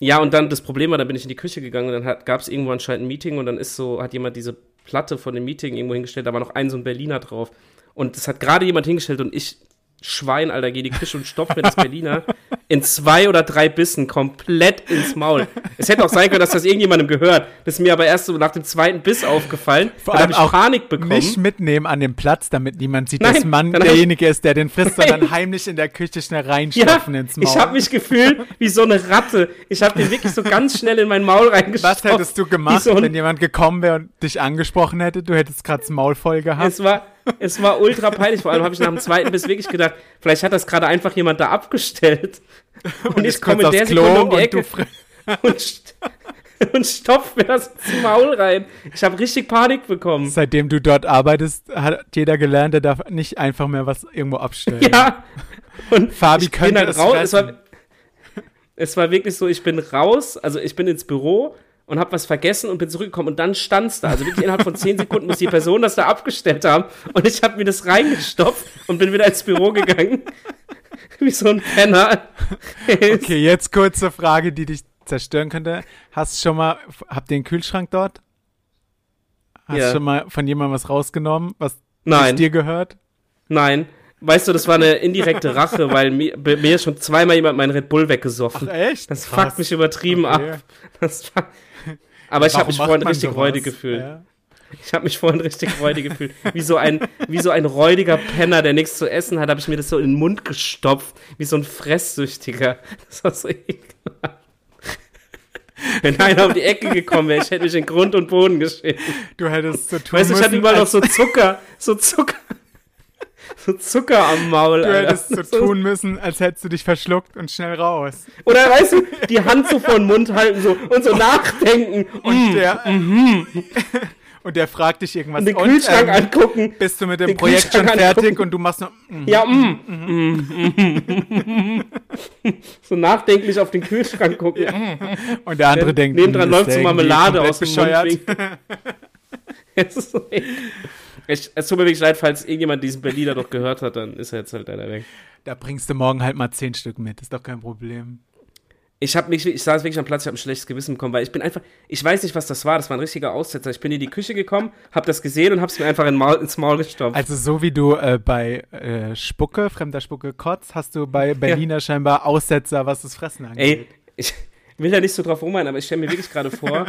[SPEAKER 2] Ja, und dann das Problem war, da bin ich in die Küche gegangen und dann gab es irgendwo anscheinend ein Meeting und dann ist so, hat jemand diese Platte von dem Meeting irgendwo hingestellt, da war noch ein so ein Berliner drauf. Und das hat gerade jemand hingestellt und ich, Schwein, Alter, gehe in die Küche und stopfe mir das Berliner in zwei oder drei Bissen komplett ins Maul. Es hätte auch sein können, dass das irgendjemandem gehört. Das ist mir aber erst so nach dem zweiten Biss aufgefallen.
[SPEAKER 1] Vor
[SPEAKER 2] Dann
[SPEAKER 1] allem
[SPEAKER 2] habe ich
[SPEAKER 1] auch
[SPEAKER 2] Panik bekommen.
[SPEAKER 1] Nicht mitnehmen an den Platz, damit niemand sieht, dass
[SPEAKER 2] Nein,
[SPEAKER 1] Mann
[SPEAKER 2] dann hab ich-
[SPEAKER 1] derjenige ist, der den frisst,
[SPEAKER 2] Nein.
[SPEAKER 1] sondern heimlich in der Küche schnell
[SPEAKER 2] ja,
[SPEAKER 1] reinstopfen ins Maul.
[SPEAKER 2] ich habe mich gefühlt wie so eine Ratte. Ich habe den wirklich so ganz schnell in mein Maul
[SPEAKER 1] Was
[SPEAKER 2] reingestopft.
[SPEAKER 1] hättest du
[SPEAKER 2] wie
[SPEAKER 1] gemacht,
[SPEAKER 2] so ein
[SPEAKER 1] wenn jemand gekommen wäre und dich angesprochen hätte? Du hättest gerade das Maul voll gehabt.
[SPEAKER 2] Es war, es war ultra peinlich. Vor allem habe ich nach dem zweiten bis wirklich gedacht, vielleicht hat das gerade einfach jemand da abgestellt. Und, ich
[SPEAKER 1] Kurz
[SPEAKER 2] komme in
[SPEAKER 1] aufs
[SPEAKER 2] der
[SPEAKER 1] Klo
[SPEAKER 2] Sekunde um die
[SPEAKER 1] und du
[SPEAKER 2] Ecke
[SPEAKER 1] frisst.
[SPEAKER 2] und, st und stopf mir das ins Maul rein. Ich habe richtig Panik bekommen.
[SPEAKER 1] Seitdem du dort arbeitest, hat jeder gelernt, der darf nicht einfach mehr was irgendwo abstellen.
[SPEAKER 2] Ja. Und
[SPEAKER 1] Fabi
[SPEAKER 2] ich bin
[SPEAKER 1] könnte
[SPEAKER 2] dann
[SPEAKER 1] es
[SPEAKER 2] raus. Es Genau, war,
[SPEAKER 1] fressen.
[SPEAKER 2] es war wirklich so, ich bin raus, also ich bin ins Büro und habe was vergessen und bin zurückgekommen und dann stand's da. Also wirklich innerhalb von zehn Sekunden muss die Person das da abgestellt haben und ich habe mir das reingestopft und bin wieder ins Büro gegangen. Wie so ein Penner.
[SPEAKER 1] Okay, jetzt kurze Frage, die dich zerstören könnte. Hast schon mal, habt ihr einen Kühlschrank dort? Hast
[SPEAKER 2] Ja.
[SPEAKER 1] schon mal von jemandem was rausgenommen, was
[SPEAKER 2] Nein.
[SPEAKER 1] nicht dir gehört?
[SPEAKER 2] Nein. Weißt du, das war eine indirekte Rache, weil mir, bei mir ist schon zweimal jemand meinen Red Bull weggesoffen.
[SPEAKER 1] Echt?
[SPEAKER 2] das fuckt mich übertrieben
[SPEAKER 1] Okay.
[SPEAKER 2] ab. Das war, aber ich habe mich vorhin richtig räudig gefühlt.
[SPEAKER 1] Ja.
[SPEAKER 2] Ich habe mich vorhin richtig räudig gefühlt. Wie so, ein, wie so ein räudiger Penner, der nichts zu essen hat, habe ich mir das so in den Mund gestopft. Wie so ein Fresssüchtiger. Das war so ekelhaft. Wenn einer um die Ecke gekommen wäre, ich hätte mich in Grund und Boden geschämt.
[SPEAKER 1] Du hättest so tun
[SPEAKER 2] Weißt du, ich
[SPEAKER 1] müssen,
[SPEAKER 2] hatte überall noch
[SPEAKER 1] als-
[SPEAKER 2] so Zucker. So Zucker. So Zucker am Maul,
[SPEAKER 1] du
[SPEAKER 2] Alter.
[SPEAKER 1] hättest so tun müssen, als hättest du dich verschluckt und schnell raus.
[SPEAKER 2] Oder weißt du, die Hand so vor den Mund halten so, und so nachdenken.
[SPEAKER 1] Und der, Und der fragt dich irgendwas.
[SPEAKER 2] Mm, Und den Kühlschrank
[SPEAKER 1] ähm,
[SPEAKER 2] angucken.
[SPEAKER 1] Bist du mit dem
[SPEAKER 2] den
[SPEAKER 1] Projekt schon
[SPEAKER 2] Kühlschrank
[SPEAKER 1] fertig
[SPEAKER 2] angucken.
[SPEAKER 1] und du machst nur. mm.
[SPEAKER 2] Ja, mm, mm, So nachdenklich auf den Kühlschrank gucken.
[SPEAKER 1] Und der andere denkt.
[SPEAKER 2] Nebendran
[SPEAKER 1] mm,
[SPEAKER 2] läuft
[SPEAKER 1] ist
[SPEAKER 2] so
[SPEAKER 1] der
[SPEAKER 2] Marmelade
[SPEAKER 1] irgendwie
[SPEAKER 2] aus dem
[SPEAKER 1] komplett bescheuert.
[SPEAKER 2] Mundwinkel. es, ist so echt- es es tut mir wirklich leid, falls irgendjemand diesen Berliner noch gehört hat, dann ist er jetzt halt leider weg.
[SPEAKER 1] Da bringst du morgen halt mal zehn Stück mit, ist doch kein Problem.
[SPEAKER 2] Ich habe mich, ich saß wirklich am Platz, ich habe ein schlechtes Gewissen bekommen, weil ich bin einfach, ich weiß nicht, was das war, das war ein richtiger Aussetzer. Ich bin in die Küche gekommen, habe das gesehen und habe es mir einfach in Maul, ins Maul gestopft.
[SPEAKER 1] Also so wie du äh, bei äh, Spucke, fremder Spucke kotzt, hast du bei Berliner scheinbar Aussetzer, was das Fressen angeht.
[SPEAKER 2] Ey, ich will da nicht so drauf rumrein, aber ich stelle mir wirklich gerade vor,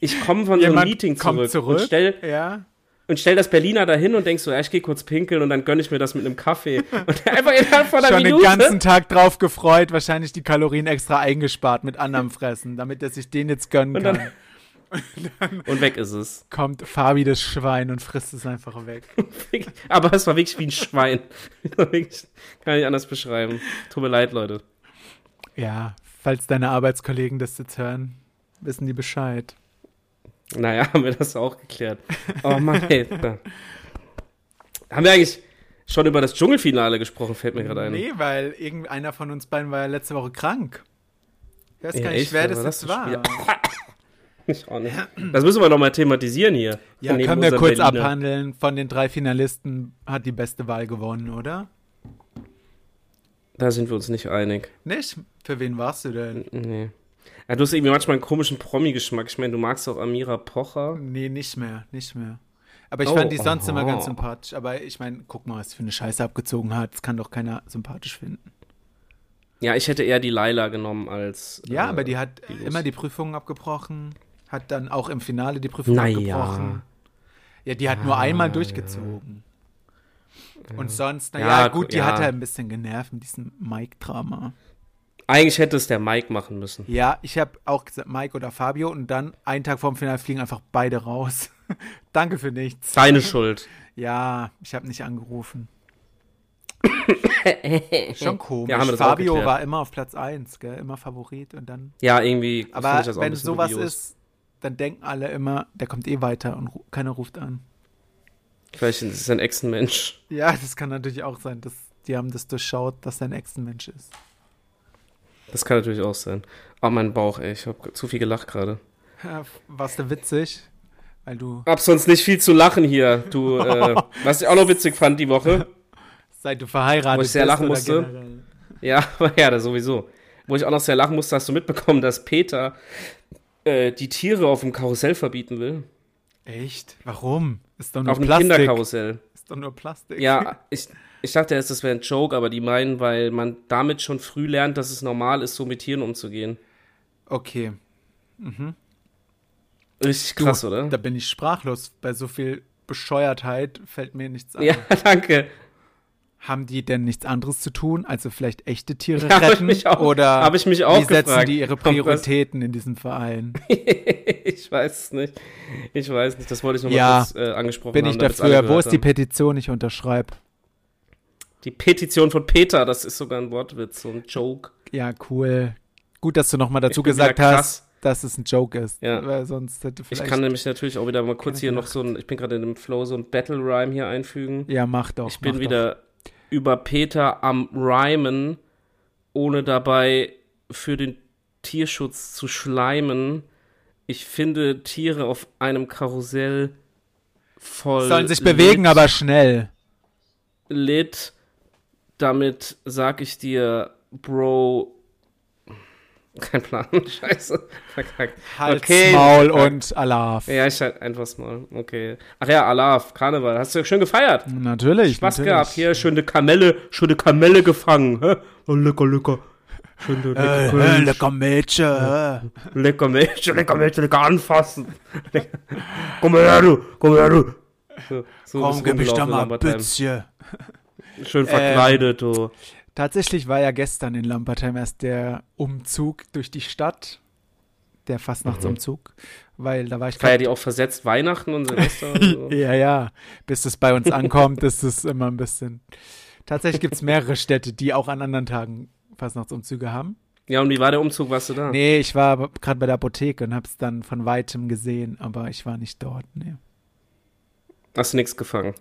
[SPEAKER 2] ich komme von so einem
[SPEAKER 1] Jemand
[SPEAKER 2] Meeting
[SPEAKER 1] kommt
[SPEAKER 2] zurück,
[SPEAKER 1] zurück.
[SPEAKER 2] und stell
[SPEAKER 1] ja.
[SPEAKER 2] und stell das Berliner dahin und denkst so, ja, ich gehe kurz pinkeln und dann gönn ich mir das mit einem Kaffee. Und einfach innerhalb von einer
[SPEAKER 1] Schon den
[SPEAKER 2] Minute.
[SPEAKER 1] ganzen Tag drauf gefreut, wahrscheinlich die Kalorien extra eingespart mit anderem Fressen, damit er sich den jetzt gönnen
[SPEAKER 2] und,
[SPEAKER 1] kann.
[SPEAKER 2] dann, und weg ist es.
[SPEAKER 1] Kommt Fabi das Schwein und frisst es einfach weg.
[SPEAKER 2] Aber es war wirklich wie ein Schwein. Es war wirklich- Kann ich anders beschreiben. Tut mir leid, Leute.
[SPEAKER 1] Ja, falls deine Arbeitskollegen das jetzt hören, wissen die Bescheid.
[SPEAKER 2] Naja, haben wir das auch geklärt. Oh Mann, ey. Da. Haben wir eigentlich schon über das Dschungelfinale gesprochen, fällt mir gerade ein.
[SPEAKER 1] Nee, weil irgendeiner von uns beiden war ja letzte Woche krank. Ich weiß
[SPEAKER 2] Ja,
[SPEAKER 1] gar nicht,
[SPEAKER 2] echt?
[SPEAKER 1] wer
[SPEAKER 2] Was
[SPEAKER 1] das jetzt
[SPEAKER 2] war
[SPEAKER 1] war.
[SPEAKER 2] das Ich auch nicht. Das müssen wir nochmal thematisieren hier.
[SPEAKER 1] Ja,
[SPEAKER 2] Neben
[SPEAKER 1] können wir
[SPEAKER 2] unserem
[SPEAKER 1] kurz
[SPEAKER 2] Berliner.
[SPEAKER 1] abhandeln. Von den drei Finalisten hat die beste Wahl gewonnen, oder?
[SPEAKER 2] Da sind wir uns nicht einig.
[SPEAKER 1] Nicht? Für wen warst du denn?
[SPEAKER 2] Nee. Ja, du hast irgendwie manchmal einen komischen Promi-Geschmack. Ich meine, du magst auch Amira Pocher.
[SPEAKER 1] Nee, nicht mehr, nicht mehr. Aber ich
[SPEAKER 2] Oh,
[SPEAKER 1] fand die sonst
[SPEAKER 2] aha.
[SPEAKER 1] immer ganz sympathisch. Aber ich meine, guck mal, was sie für eine Scheiße abgezogen hat. Das kann doch keiner sympathisch finden.
[SPEAKER 2] Ja, ich hätte eher die Laila genommen als.
[SPEAKER 1] Ja,
[SPEAKER 2] äh,
[SPEAKER 1] aber die hat
[SPEAKER 2] die Lust.
[SPEAKER 1] immer die Prüfungen abgebrochen. Hat dann auch im Finale die Prüfung
[SPEAKER 2] Na ja.
[SPEAKER 1] abgebrochen. Ja, die hat nur einmal durchgezogen. Und sonst, naja,
[SPEAKER 2] Ah. Ja,
[SPEAKER 1] ja, gut, die
[SPEAKER 2] ja.
[SPEAKER 1] hat er ein bisschen genervt mit diesem Mike-Drama.
[SPEAKER 2] Eigentlich hätte es der Mike machen müssen.
[SPEAKER 1] Ja, ich habe auch gesagt, Mike oder Fabio und dann einen Tag vorm Finale fliegen einfach beide raus. Danke für nichts.
[SPEAKER 2] Seine Schuld.
[SPEAKER 1] Ja, ich habe nicht angerufen. Schon komisch.
[SPEAKER 2] Ja, haben wir das auch
[SPEAKER 1] Fabio
[SPEAKER 2] geklärt.
[SPEAKER 1] war immer auf Platz 1, gell? immer Favorit und dann.
[SPEAKER 2] Ja, irgendwie. fand
[SPEAKER 1] Aber
[SPEAKER 2] ich das auch ein
[SPEAKER 1] wenn
[SPEAKER 2] bisschen
[SPEAKER 1] sowas
[SPEAKER 2] dubios.
[SPEAKER 1] ist, dann denken alle immer, der kommt eh weiter und ru keiner ruft an.
[SPEAKER 2] Vielleicht ist es ein Echsenmensch.
[SPEAKER 1] Ja, das kann natürlich auch sein, dass die haben das durchschaut, dass er ein Echsenmensch ist.
[SPEAKER 2] Das kann natürlich auch sein. Oh, mein Bauch, ey. Ich habe zu viel gelacht gerade.
[SPEAKER 1] Ja, Warst du witzig? Weil du,
[SPEAKER 2] Hab sonst nicht viel zu lachen hier, du. Äh, was ich auch noch witzig fand die Woche.
[SPEAKER 1] seit du verheiratet
[SPEAKER 2] Wo ich sehr
[SPEAKER 1] bist
[SPEAKER 2] lachen
[SPEAKER 1] oder
[SPEAKER 2] musste.
[SPEAKER 1] generell?
[SPEAKER 2] Ja, ja, das sowieso. Wo ich auch noch sehr lachen musste, hast du mitbekommen, dass Peter äh, die Tiere auf dem Karussell verbieten will.
[SPEAKER 1] Echt? Warum? Ist doch nur
[SPEAKER 2] auf dem
[SPEAKER 1] Plastik.
[SPEAKER 2] Kinderkarussell.
[SPEAKER 1] Ist doch nur Plastik.
[SPEAKER 2] Ja, ich, ich dachte erst, das wäre ein Joke, aber die meinen, weil man damit schon früh lernt, dass es normal ist, so mit Tieren umzugehen.
[SPEAKER 1] Okay.
[SPEAKER 2] Richtig
[SPEAKER 1] Du,
[SPEAKER 2] krass, oder?
[SPEAKER 1] Da bin ich sprachlos. Bei so viel Bescheuertheit fällt mir nichts ein.
[SPEAKER 2] Ja, danke.
[SPEAKER 1] Haben die denn nichts anderes zu tun? Also vielleicht echte Tiere
[SPEAKER 2] Ja, hab ich
[SPEAKER 1] retten?
[SPEAKER 2] mich auch-
[SPEAKER 1] oder
[SPEAKER 2] hab ich mich auch
[SPEAKER 1] wie setzen
[SPEAKER 2] gefragt.
[SPEAKER 1] die ihre Prioritäten in diesem Verein?
[SPEAKER 2] Ich weiß es nicht. Ich weiß nicht. Das wollte ich nochmal
[SPEAKER 1] Ja.
[SPEAKER 2] kurz äh, angesprochen
[SPEAKER 1] Bin
[SPEAKER 2] haben.
[SPEAKER 1] ich
[SPEAKER 2] damit's alle
[SPEAKER 1] dafür? Wo
[SPEAKER 2] gehört
[SPEAKER 1] ist die
[SPEAKER 2] haben.
[SPEAKER 1] Petition? Ich unterschreibe.
[SPEAKER 2] Die Petition von Peter, das ist sogar ein Wortwitz, so ein Joke.
[SPEAKER 1] Ja, cool. Gut, dass du nochmal dazu
[SPEAKER 2] Ich bin
[SPEAKER 1] gesagt
[SPEAKER 2] wieder
[SPEAKER 1] hast,
[SPEAKER 2] krass.
[SPEAKER 1] dass es ein Joke ist.
[SPEAKER 2] Ja.
[SPEAKER 1] Weil sonst hätte
[SPEAKER 2] Ich
[SPEAKER 1] vielleicht...
[SPEAKER 2] kann nämlich natürlich auch wieder mal kurz
[SPEAKER 1] ich
[SPEAKER 2] hier noch
[SPEAKER 1] gemacht.
[SPEAKER 2] so ein, ich bin gerade in dem Flow, so ein Battle Rhyme hier einfügen.
[SPEAKER 1] ja, mach doch.
[SPEAKER 2] ich bin
[SPEAKER 1] mach
[SPEAKER 2] wieder über Peter am Rhymen, ohne dabei für den Tierschutz zu schleimen. Ich finde Tiere auf einem Karussell voll.
[SPEAKER 1] Doch. Sollen sich bewegen,
[SPEAKER 2] lit,
[SPEAKER 1] aber schnell.
[SPEAKER 2] Lit. Damit sag ich dir, Bro. Kein Plan. Scheiße. Verkackt.
[SPEAKER 1] Hals,
[SPEAKER 2] Okay.
[SPEAKER 1] Maul und Alarv.
[SPEAKER 2] Ja, ich halt einfach mal. Okay. Ach ja, Alaf, Karneval. Hast du schön gefeiert?
[SPEAKER 1] Natürlich.
[SPEAKER 2] Spaß
[SPEAKER 1] natürlich.
[SPEAKER 2] gehabt. Hier, schöne Kamelle, schöne Kamelle gefangen. Hä? Oh, lecker, lecker. Schöne, lecker,
[SPEAKER 1] Äh, äh, lecker Mädchen. äh.
[SPEAKER 2] lecker Milch, lecker Milch, lecker anfassen. Lecker. Komm her, du, komm her, du. So, so
[SPEAKER 1] Komm,
[SPEAKER 2] ist
[SPEAKER 1] gib mich da
[SPEAKER 2] rumgelaufen
[SPEAKER 1] mal ein
[SPEAKER 2] Lambertheim.
[SPEAKER 1] bisschen.
[SPEAKER 2] Schön verkleidet,
[SPEAKER 1] Ähm.
[SPEAKER 2] du.
[SPEAKER 1] Tatsächlich war ja gestern in Lambertheim erst der Umzug durch die Stadt. Der Fastnachtsumzug. Weil da war ich
[SPEAKER 2] Mhm. Feier
[SPEAKER 1] grad,
[SPEAKER 2] die auch versetzt Weihnachten und Silvester und so.
[SPEAKER 1] Ja, ja. Bis es bei uns ankommt, ist es immer ein bisschen. Tatsächlich gibt es mehrere Städte, die auch an anderen Tagen Fastnachtsumzüge haben.
[SPEAKER 2] Ja, und wie war der Umzug? Warst du da?
[SPEAKER 1] Nee, ich war gerade bei der Apotheke und habe es dann von weitem gesehen, aber ich war nicht dort. Nee.
[SPEAKER 2] Hast du nichts gefangen?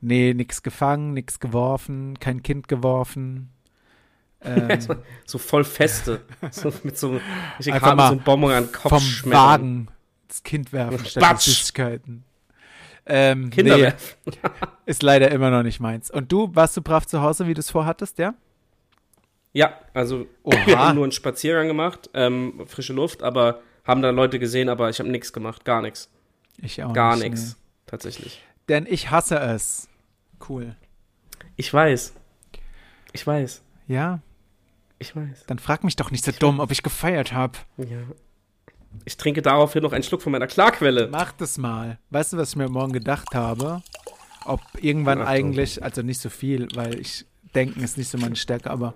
[SPEAKER 1] Nee, nichts gefangen, nichts geworfen, kein Kind geworfen.
[SPEAKER 2] Ähm, so voll feste. so mit so, ich
[SPEAKER 1] Einfach
[SPEAKER 2] habe
[SPEAKER 1] mal
[SPEAKER 2] so einen Bonbon an den Kopf
[SPEAKER 1] vom
[SPEAKER 2] schmettern.
[SPEAKER 1] Wagen ins Kind werfen statt
[SPEAKER 2] Batsch.
[SPEAKER 1] Süßigkeiten. Ähm,
[SPEAKER 2] Kinder
[SPEAKER 1] nee,
[SPEAKER 2] werfen.
[SPEAKER 1] ist leider immer noch nicht meins. Und du, warst du brav zu Hause, wie du es vorhattest, ja?
[SPEAKER 2] Ja, also wir
[SPEAKER 1] Oha.
[SPEAKER 2] haben nur einen Spaziergang gemacht, ähm, frische Luft, aber haben da Leute gesehen, aber ich habe nichts gemacht, gar nichts,
[SPEAKER 1] Ich auch
[SPEAKER 2] gar
[SPEAKER 1] nicht,
[SPEAKER 2] nichts tatsächlich.
[SPEAKER 1] Nee. Denn ich hasse es. Cool.
[SPEAKER 2] Ich weiß. Ich weiß.
[SPEAKER 1] Ja,
[SPEAKER 2] Ich weiß.
[SPEAKER 1] dann frag mich doch nicht so dumm, ob ich gefeiert habe.
[SPEAKER 2] Ja. Ich trinke daraufhin noch einen Schluck von meiner Klarquelle.
[SPEAKER 1] Mach das mal. Weißt du, was ich mir morgen gedacht habe? Ob irgendwann
[SPEAKER 2] Achtung.
[SPEAKER 1] eigentlich, also nicht so viel, weil ich denken ist nicht so meine Stärke, aber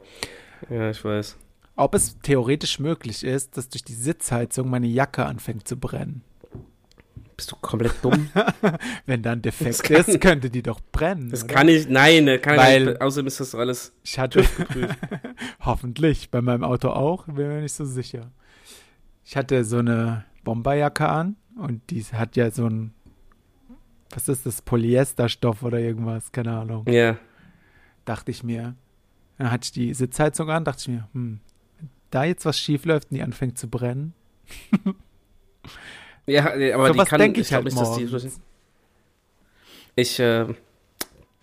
[SPEAKER 2] Ja, ich weiß.
[SPEAKER 1] ob es theoretisch möglich ist, dass durch die Sitzheizung meine Jacke anfängt zu brennen.
[SPEAKER 2] Bist du komplett dumm?
[SPEAKER 1] Wenn da ein
[SPEAKER 2] Das
[SPEAKER 1] Defekt
[SPEAKER 2] kann-
[SPEAKER 1] ist, könnte die doch brennen.
[SPEAKER 2] Das
[SPEAKER 1] oder?
[SPEAKER 2] kann ich, nein, das kann
[SPEAKER 1] Weil-
[SPEAKER 2] ich nicht. Außerdem ist das alles
[SPEAKER 1] ich hatte
[SPEAKER 2] TÜV-geprüft.
[SPEAKER 1] hoffentlich bei meinem Auto auch, bin mir nicht so sicher. Ich hatte so eine Bomberjacke an und die hat ja so ein was ist das Polyesterstoff oder irgendwas, keine Ahnung.
[SPEAKER 2] ja.
[SPEAKER 1] dachte ich mir, dann hatte ich die Sitzheizung an, dachte ich mir, hm, wenn da jetzt was schief läuft und die anfängt zu brennen.
[SPEAKER 2] Ja, nee, aber
[SPEAKER 1] So
[SPEAKER 2] die
[SPEAKER 1] was
[SPEAKER 2] kann,
[SPEAKER 1] denk ich
[SPEAKER 2] glaub
[SPEAKER 1] halt morgens.
[SPEAKER 2] die, ich äh,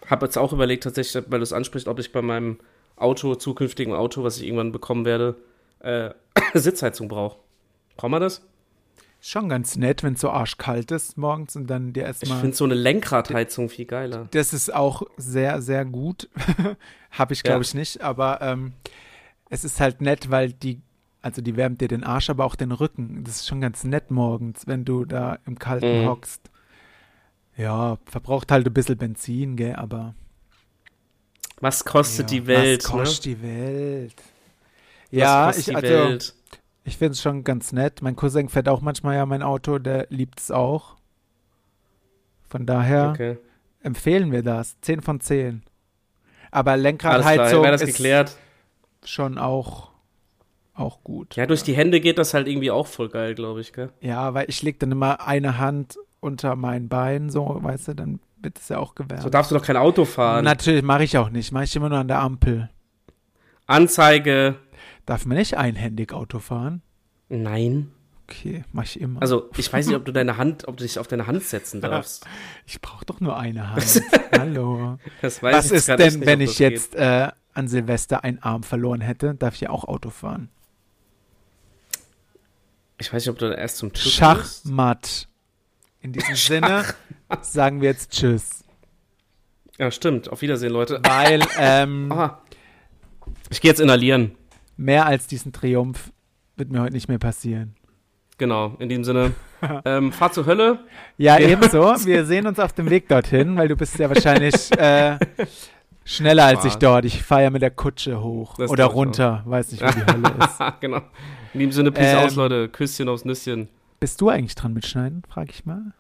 [SPEAKER 2] habe jetzt auch überlegt, tatsächlich, weil du es ansprichst, ob ich bei meinem Auto, zukünftigen Auto, was ich irgendwann bekommen werde, äh, Sitzheizung brauche. Brauchen wir das?
[SPEAKER 1] Schon ganz nett, wenn es so arschkalt ist morgens und dann dir
[SPEAKER 2] Ich
[SPEAKER 1] erstmal.
[SPEAKER 2] finde so eine Lenkradheizung viel geiler.
[SPEAKER 1] Das ist auch sehr, sehr gut. Habe ich, glaube
[SPEAKER 2] Ja.
[SPEAKER 1] ich, nicht. Aber ähm, es ist halt nett, weil die, also die wärmt dir den Arsch, aber auch den Rücken. Das ist schon ganz nett morgens, wenn du da im Kalten
[SPEAKER 2] Mhm.
[SPEAKER 1] hockst. Ja, verbraucht halt ein bisschen Benzin, gell, aber.
[SPEAKER 2] Was kostet
[SPEAKER 1] Ja,
[SPEAKER 2] die Welt?
[SPEAKER 1] Was kostet die Welt?
[SPEAKER 2] ne?
[SPEAKER 1] Ja,
[SPEAKER 2] was kostet
[SPEAKER 1] ich,
[SPEAKER 2] die
[SPEAKER 1] also,
[SPEAKER 2] Welt?
[SPEAKER 1] ich finde es schon ganz nett. Mein Cousin fährt auch manchmal ja mein Auto, der liebt es auch. Von daher
[SPEAKER 2] Okay.
[SPEAKER 1] empfehlen wir das. 10 von 10. Aber
[SPEAKER 2] Alles klar,
[SPEAKER 1] Lenkradheizung
[SPEAKER 2] wäre das
[SPEAKER 1] ist
[SPEAKER 2] geklärt.
[SPEAKER 1] schon auch, auch gut.
[SPEAKER 2] Ja, durch die Hände geht das halt irgendwie auch voll geil, glaube ich, gell?
[SPEAKER 1] Ja, weil ich lege dann immer eine Hand unter mein Bein, so, weißt du, dann wird es ja auch
[SPEAKER 2] So
[SPEAKER 1] gewärmt.
[SPEAKER 2] darfst du doch kein Auto fahren.
[SPEAKER 1] Natürlich mache ich auch nicht. Mache ich immer nur an der Ampel.
[SPEAKER 2] Anzeige.
[SPEAKER 1] Darf man nicht einhändig Auto fahren?
[SPEAKER 2] Nein.
[SPEAKER 1] Okay, mache ich immer.
[SPEAKER 2] Also, ich weiß nicht, ob du deine Hand, ob du dich auf deine Hand setzen darfst.
[SPEAKER 1] Ich brauche doch nur eine Hand. Hallo.
[SPEAKER 2] Das weiß
[SPEAKER 1] Was
[SPEAKER 2] ich
[SPEAKER 1] ist
[SPEAKER 2] grad echt
[SPEAKER 1] denn,
[SPEAKER 2] nicht,
[SPEAKER 1] wenn
[SPEAKER 2] ob
[SPEAKER 1] ich
[SPEAKER 2] das Geht.
[SPEAKER 1] jetzt äh, an Silvester einen Arm verloren hätte? Darf ich ja auch Auto fahren?
[SPEAKER 2] Ich weiß nicht, ob du erst zum TÜV musst.
[SPEAKER 1] Schachmatt. In diesem Sinne sagen wir jetzt Tschüss.
[SPEAKER 2] Ja, stimmt. Auf Wiedersehen, Leute.
[SPEAKER 1] Weil ähm,
[SPEAKER 2] Ah. Ich gehe jetzt inhalieren.
[SPEAKER 1] mehr als diesen Triumph wird mir heute nicht mehr passieren.
[SPEAKER 2] Genau, in diesem Sinne. ähm, fahrt zur Hölle.
[SPEAKER 1] Ja,
[SPEAKER 2] Ja.
[SPEAKER 1] ebenso. Wir sehen uns auf dem Weg dorthin, weil du bist ja wahrscheinlich äh, schneller als ich
[SPEAKER 2] Spaß.
[SPEAKER 1] dort. Ich fahre ja mit der Kutsche hoch
[SPEAKER 2] Das
[SPEAKER 1] oder
[SPEAKER 2] glaub ich auch.
[SPEAKER 1] runter. Weiß nicht, wie die Hölle ist.
[SPEAKER 2] genau. In diesem Sinne, Peace
[SPEAKER 1] Ähm.
[SPEAKER 2] aus, Leute. Küsschen aufs Nüsschen.
[SPEAKER 1] Bist du eigentlich dran mit Schneiden, frage ich mal?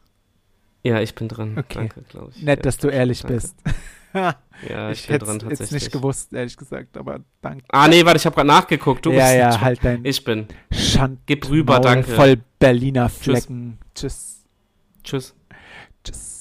[SPEAKER 2] Ja, ich bin dran.
[SPEAKER 1] Okay.
[SPEAKER 2] Danke, glaube ich.
[SPEAKER 1] Nett, dass du ehrlich
[SPEAKER 2] danke.
[SPEAKER 1] bist.
[SPEAKER 2] ja, ich,
[SPEAKER 1] ich
[SPEAKER 2] bin
[SPEAKER 1] hätte
[SPEAKER 2] dran
[SPEAKER 1] es
[SPEAKER 2] tatsächlich.
[SPEAKER 1] jetzt nicht gewusst, ehrlich gesagt, aber danke.
[SPEAKER 2] ah, nee, warte, ich habe gerade nachgeguckt. Du
[SPEAKER 1] ja,
[SPEAKER 2] bist
[SPEAKER 1] ja, halt dein
[SPEAKER 2] Ich bin.
[SPEAKER 1] Schand.
[SPEAKER 2] Gib rüber,
[SPEAKER 1] Maul
[SPEAKER 2] danke.
[SPEAKER 1] Voll Berliner Flecken. Tschüss.
[SPEAKER 2] Tschüss.
[SPEAKER 1] Tschüss.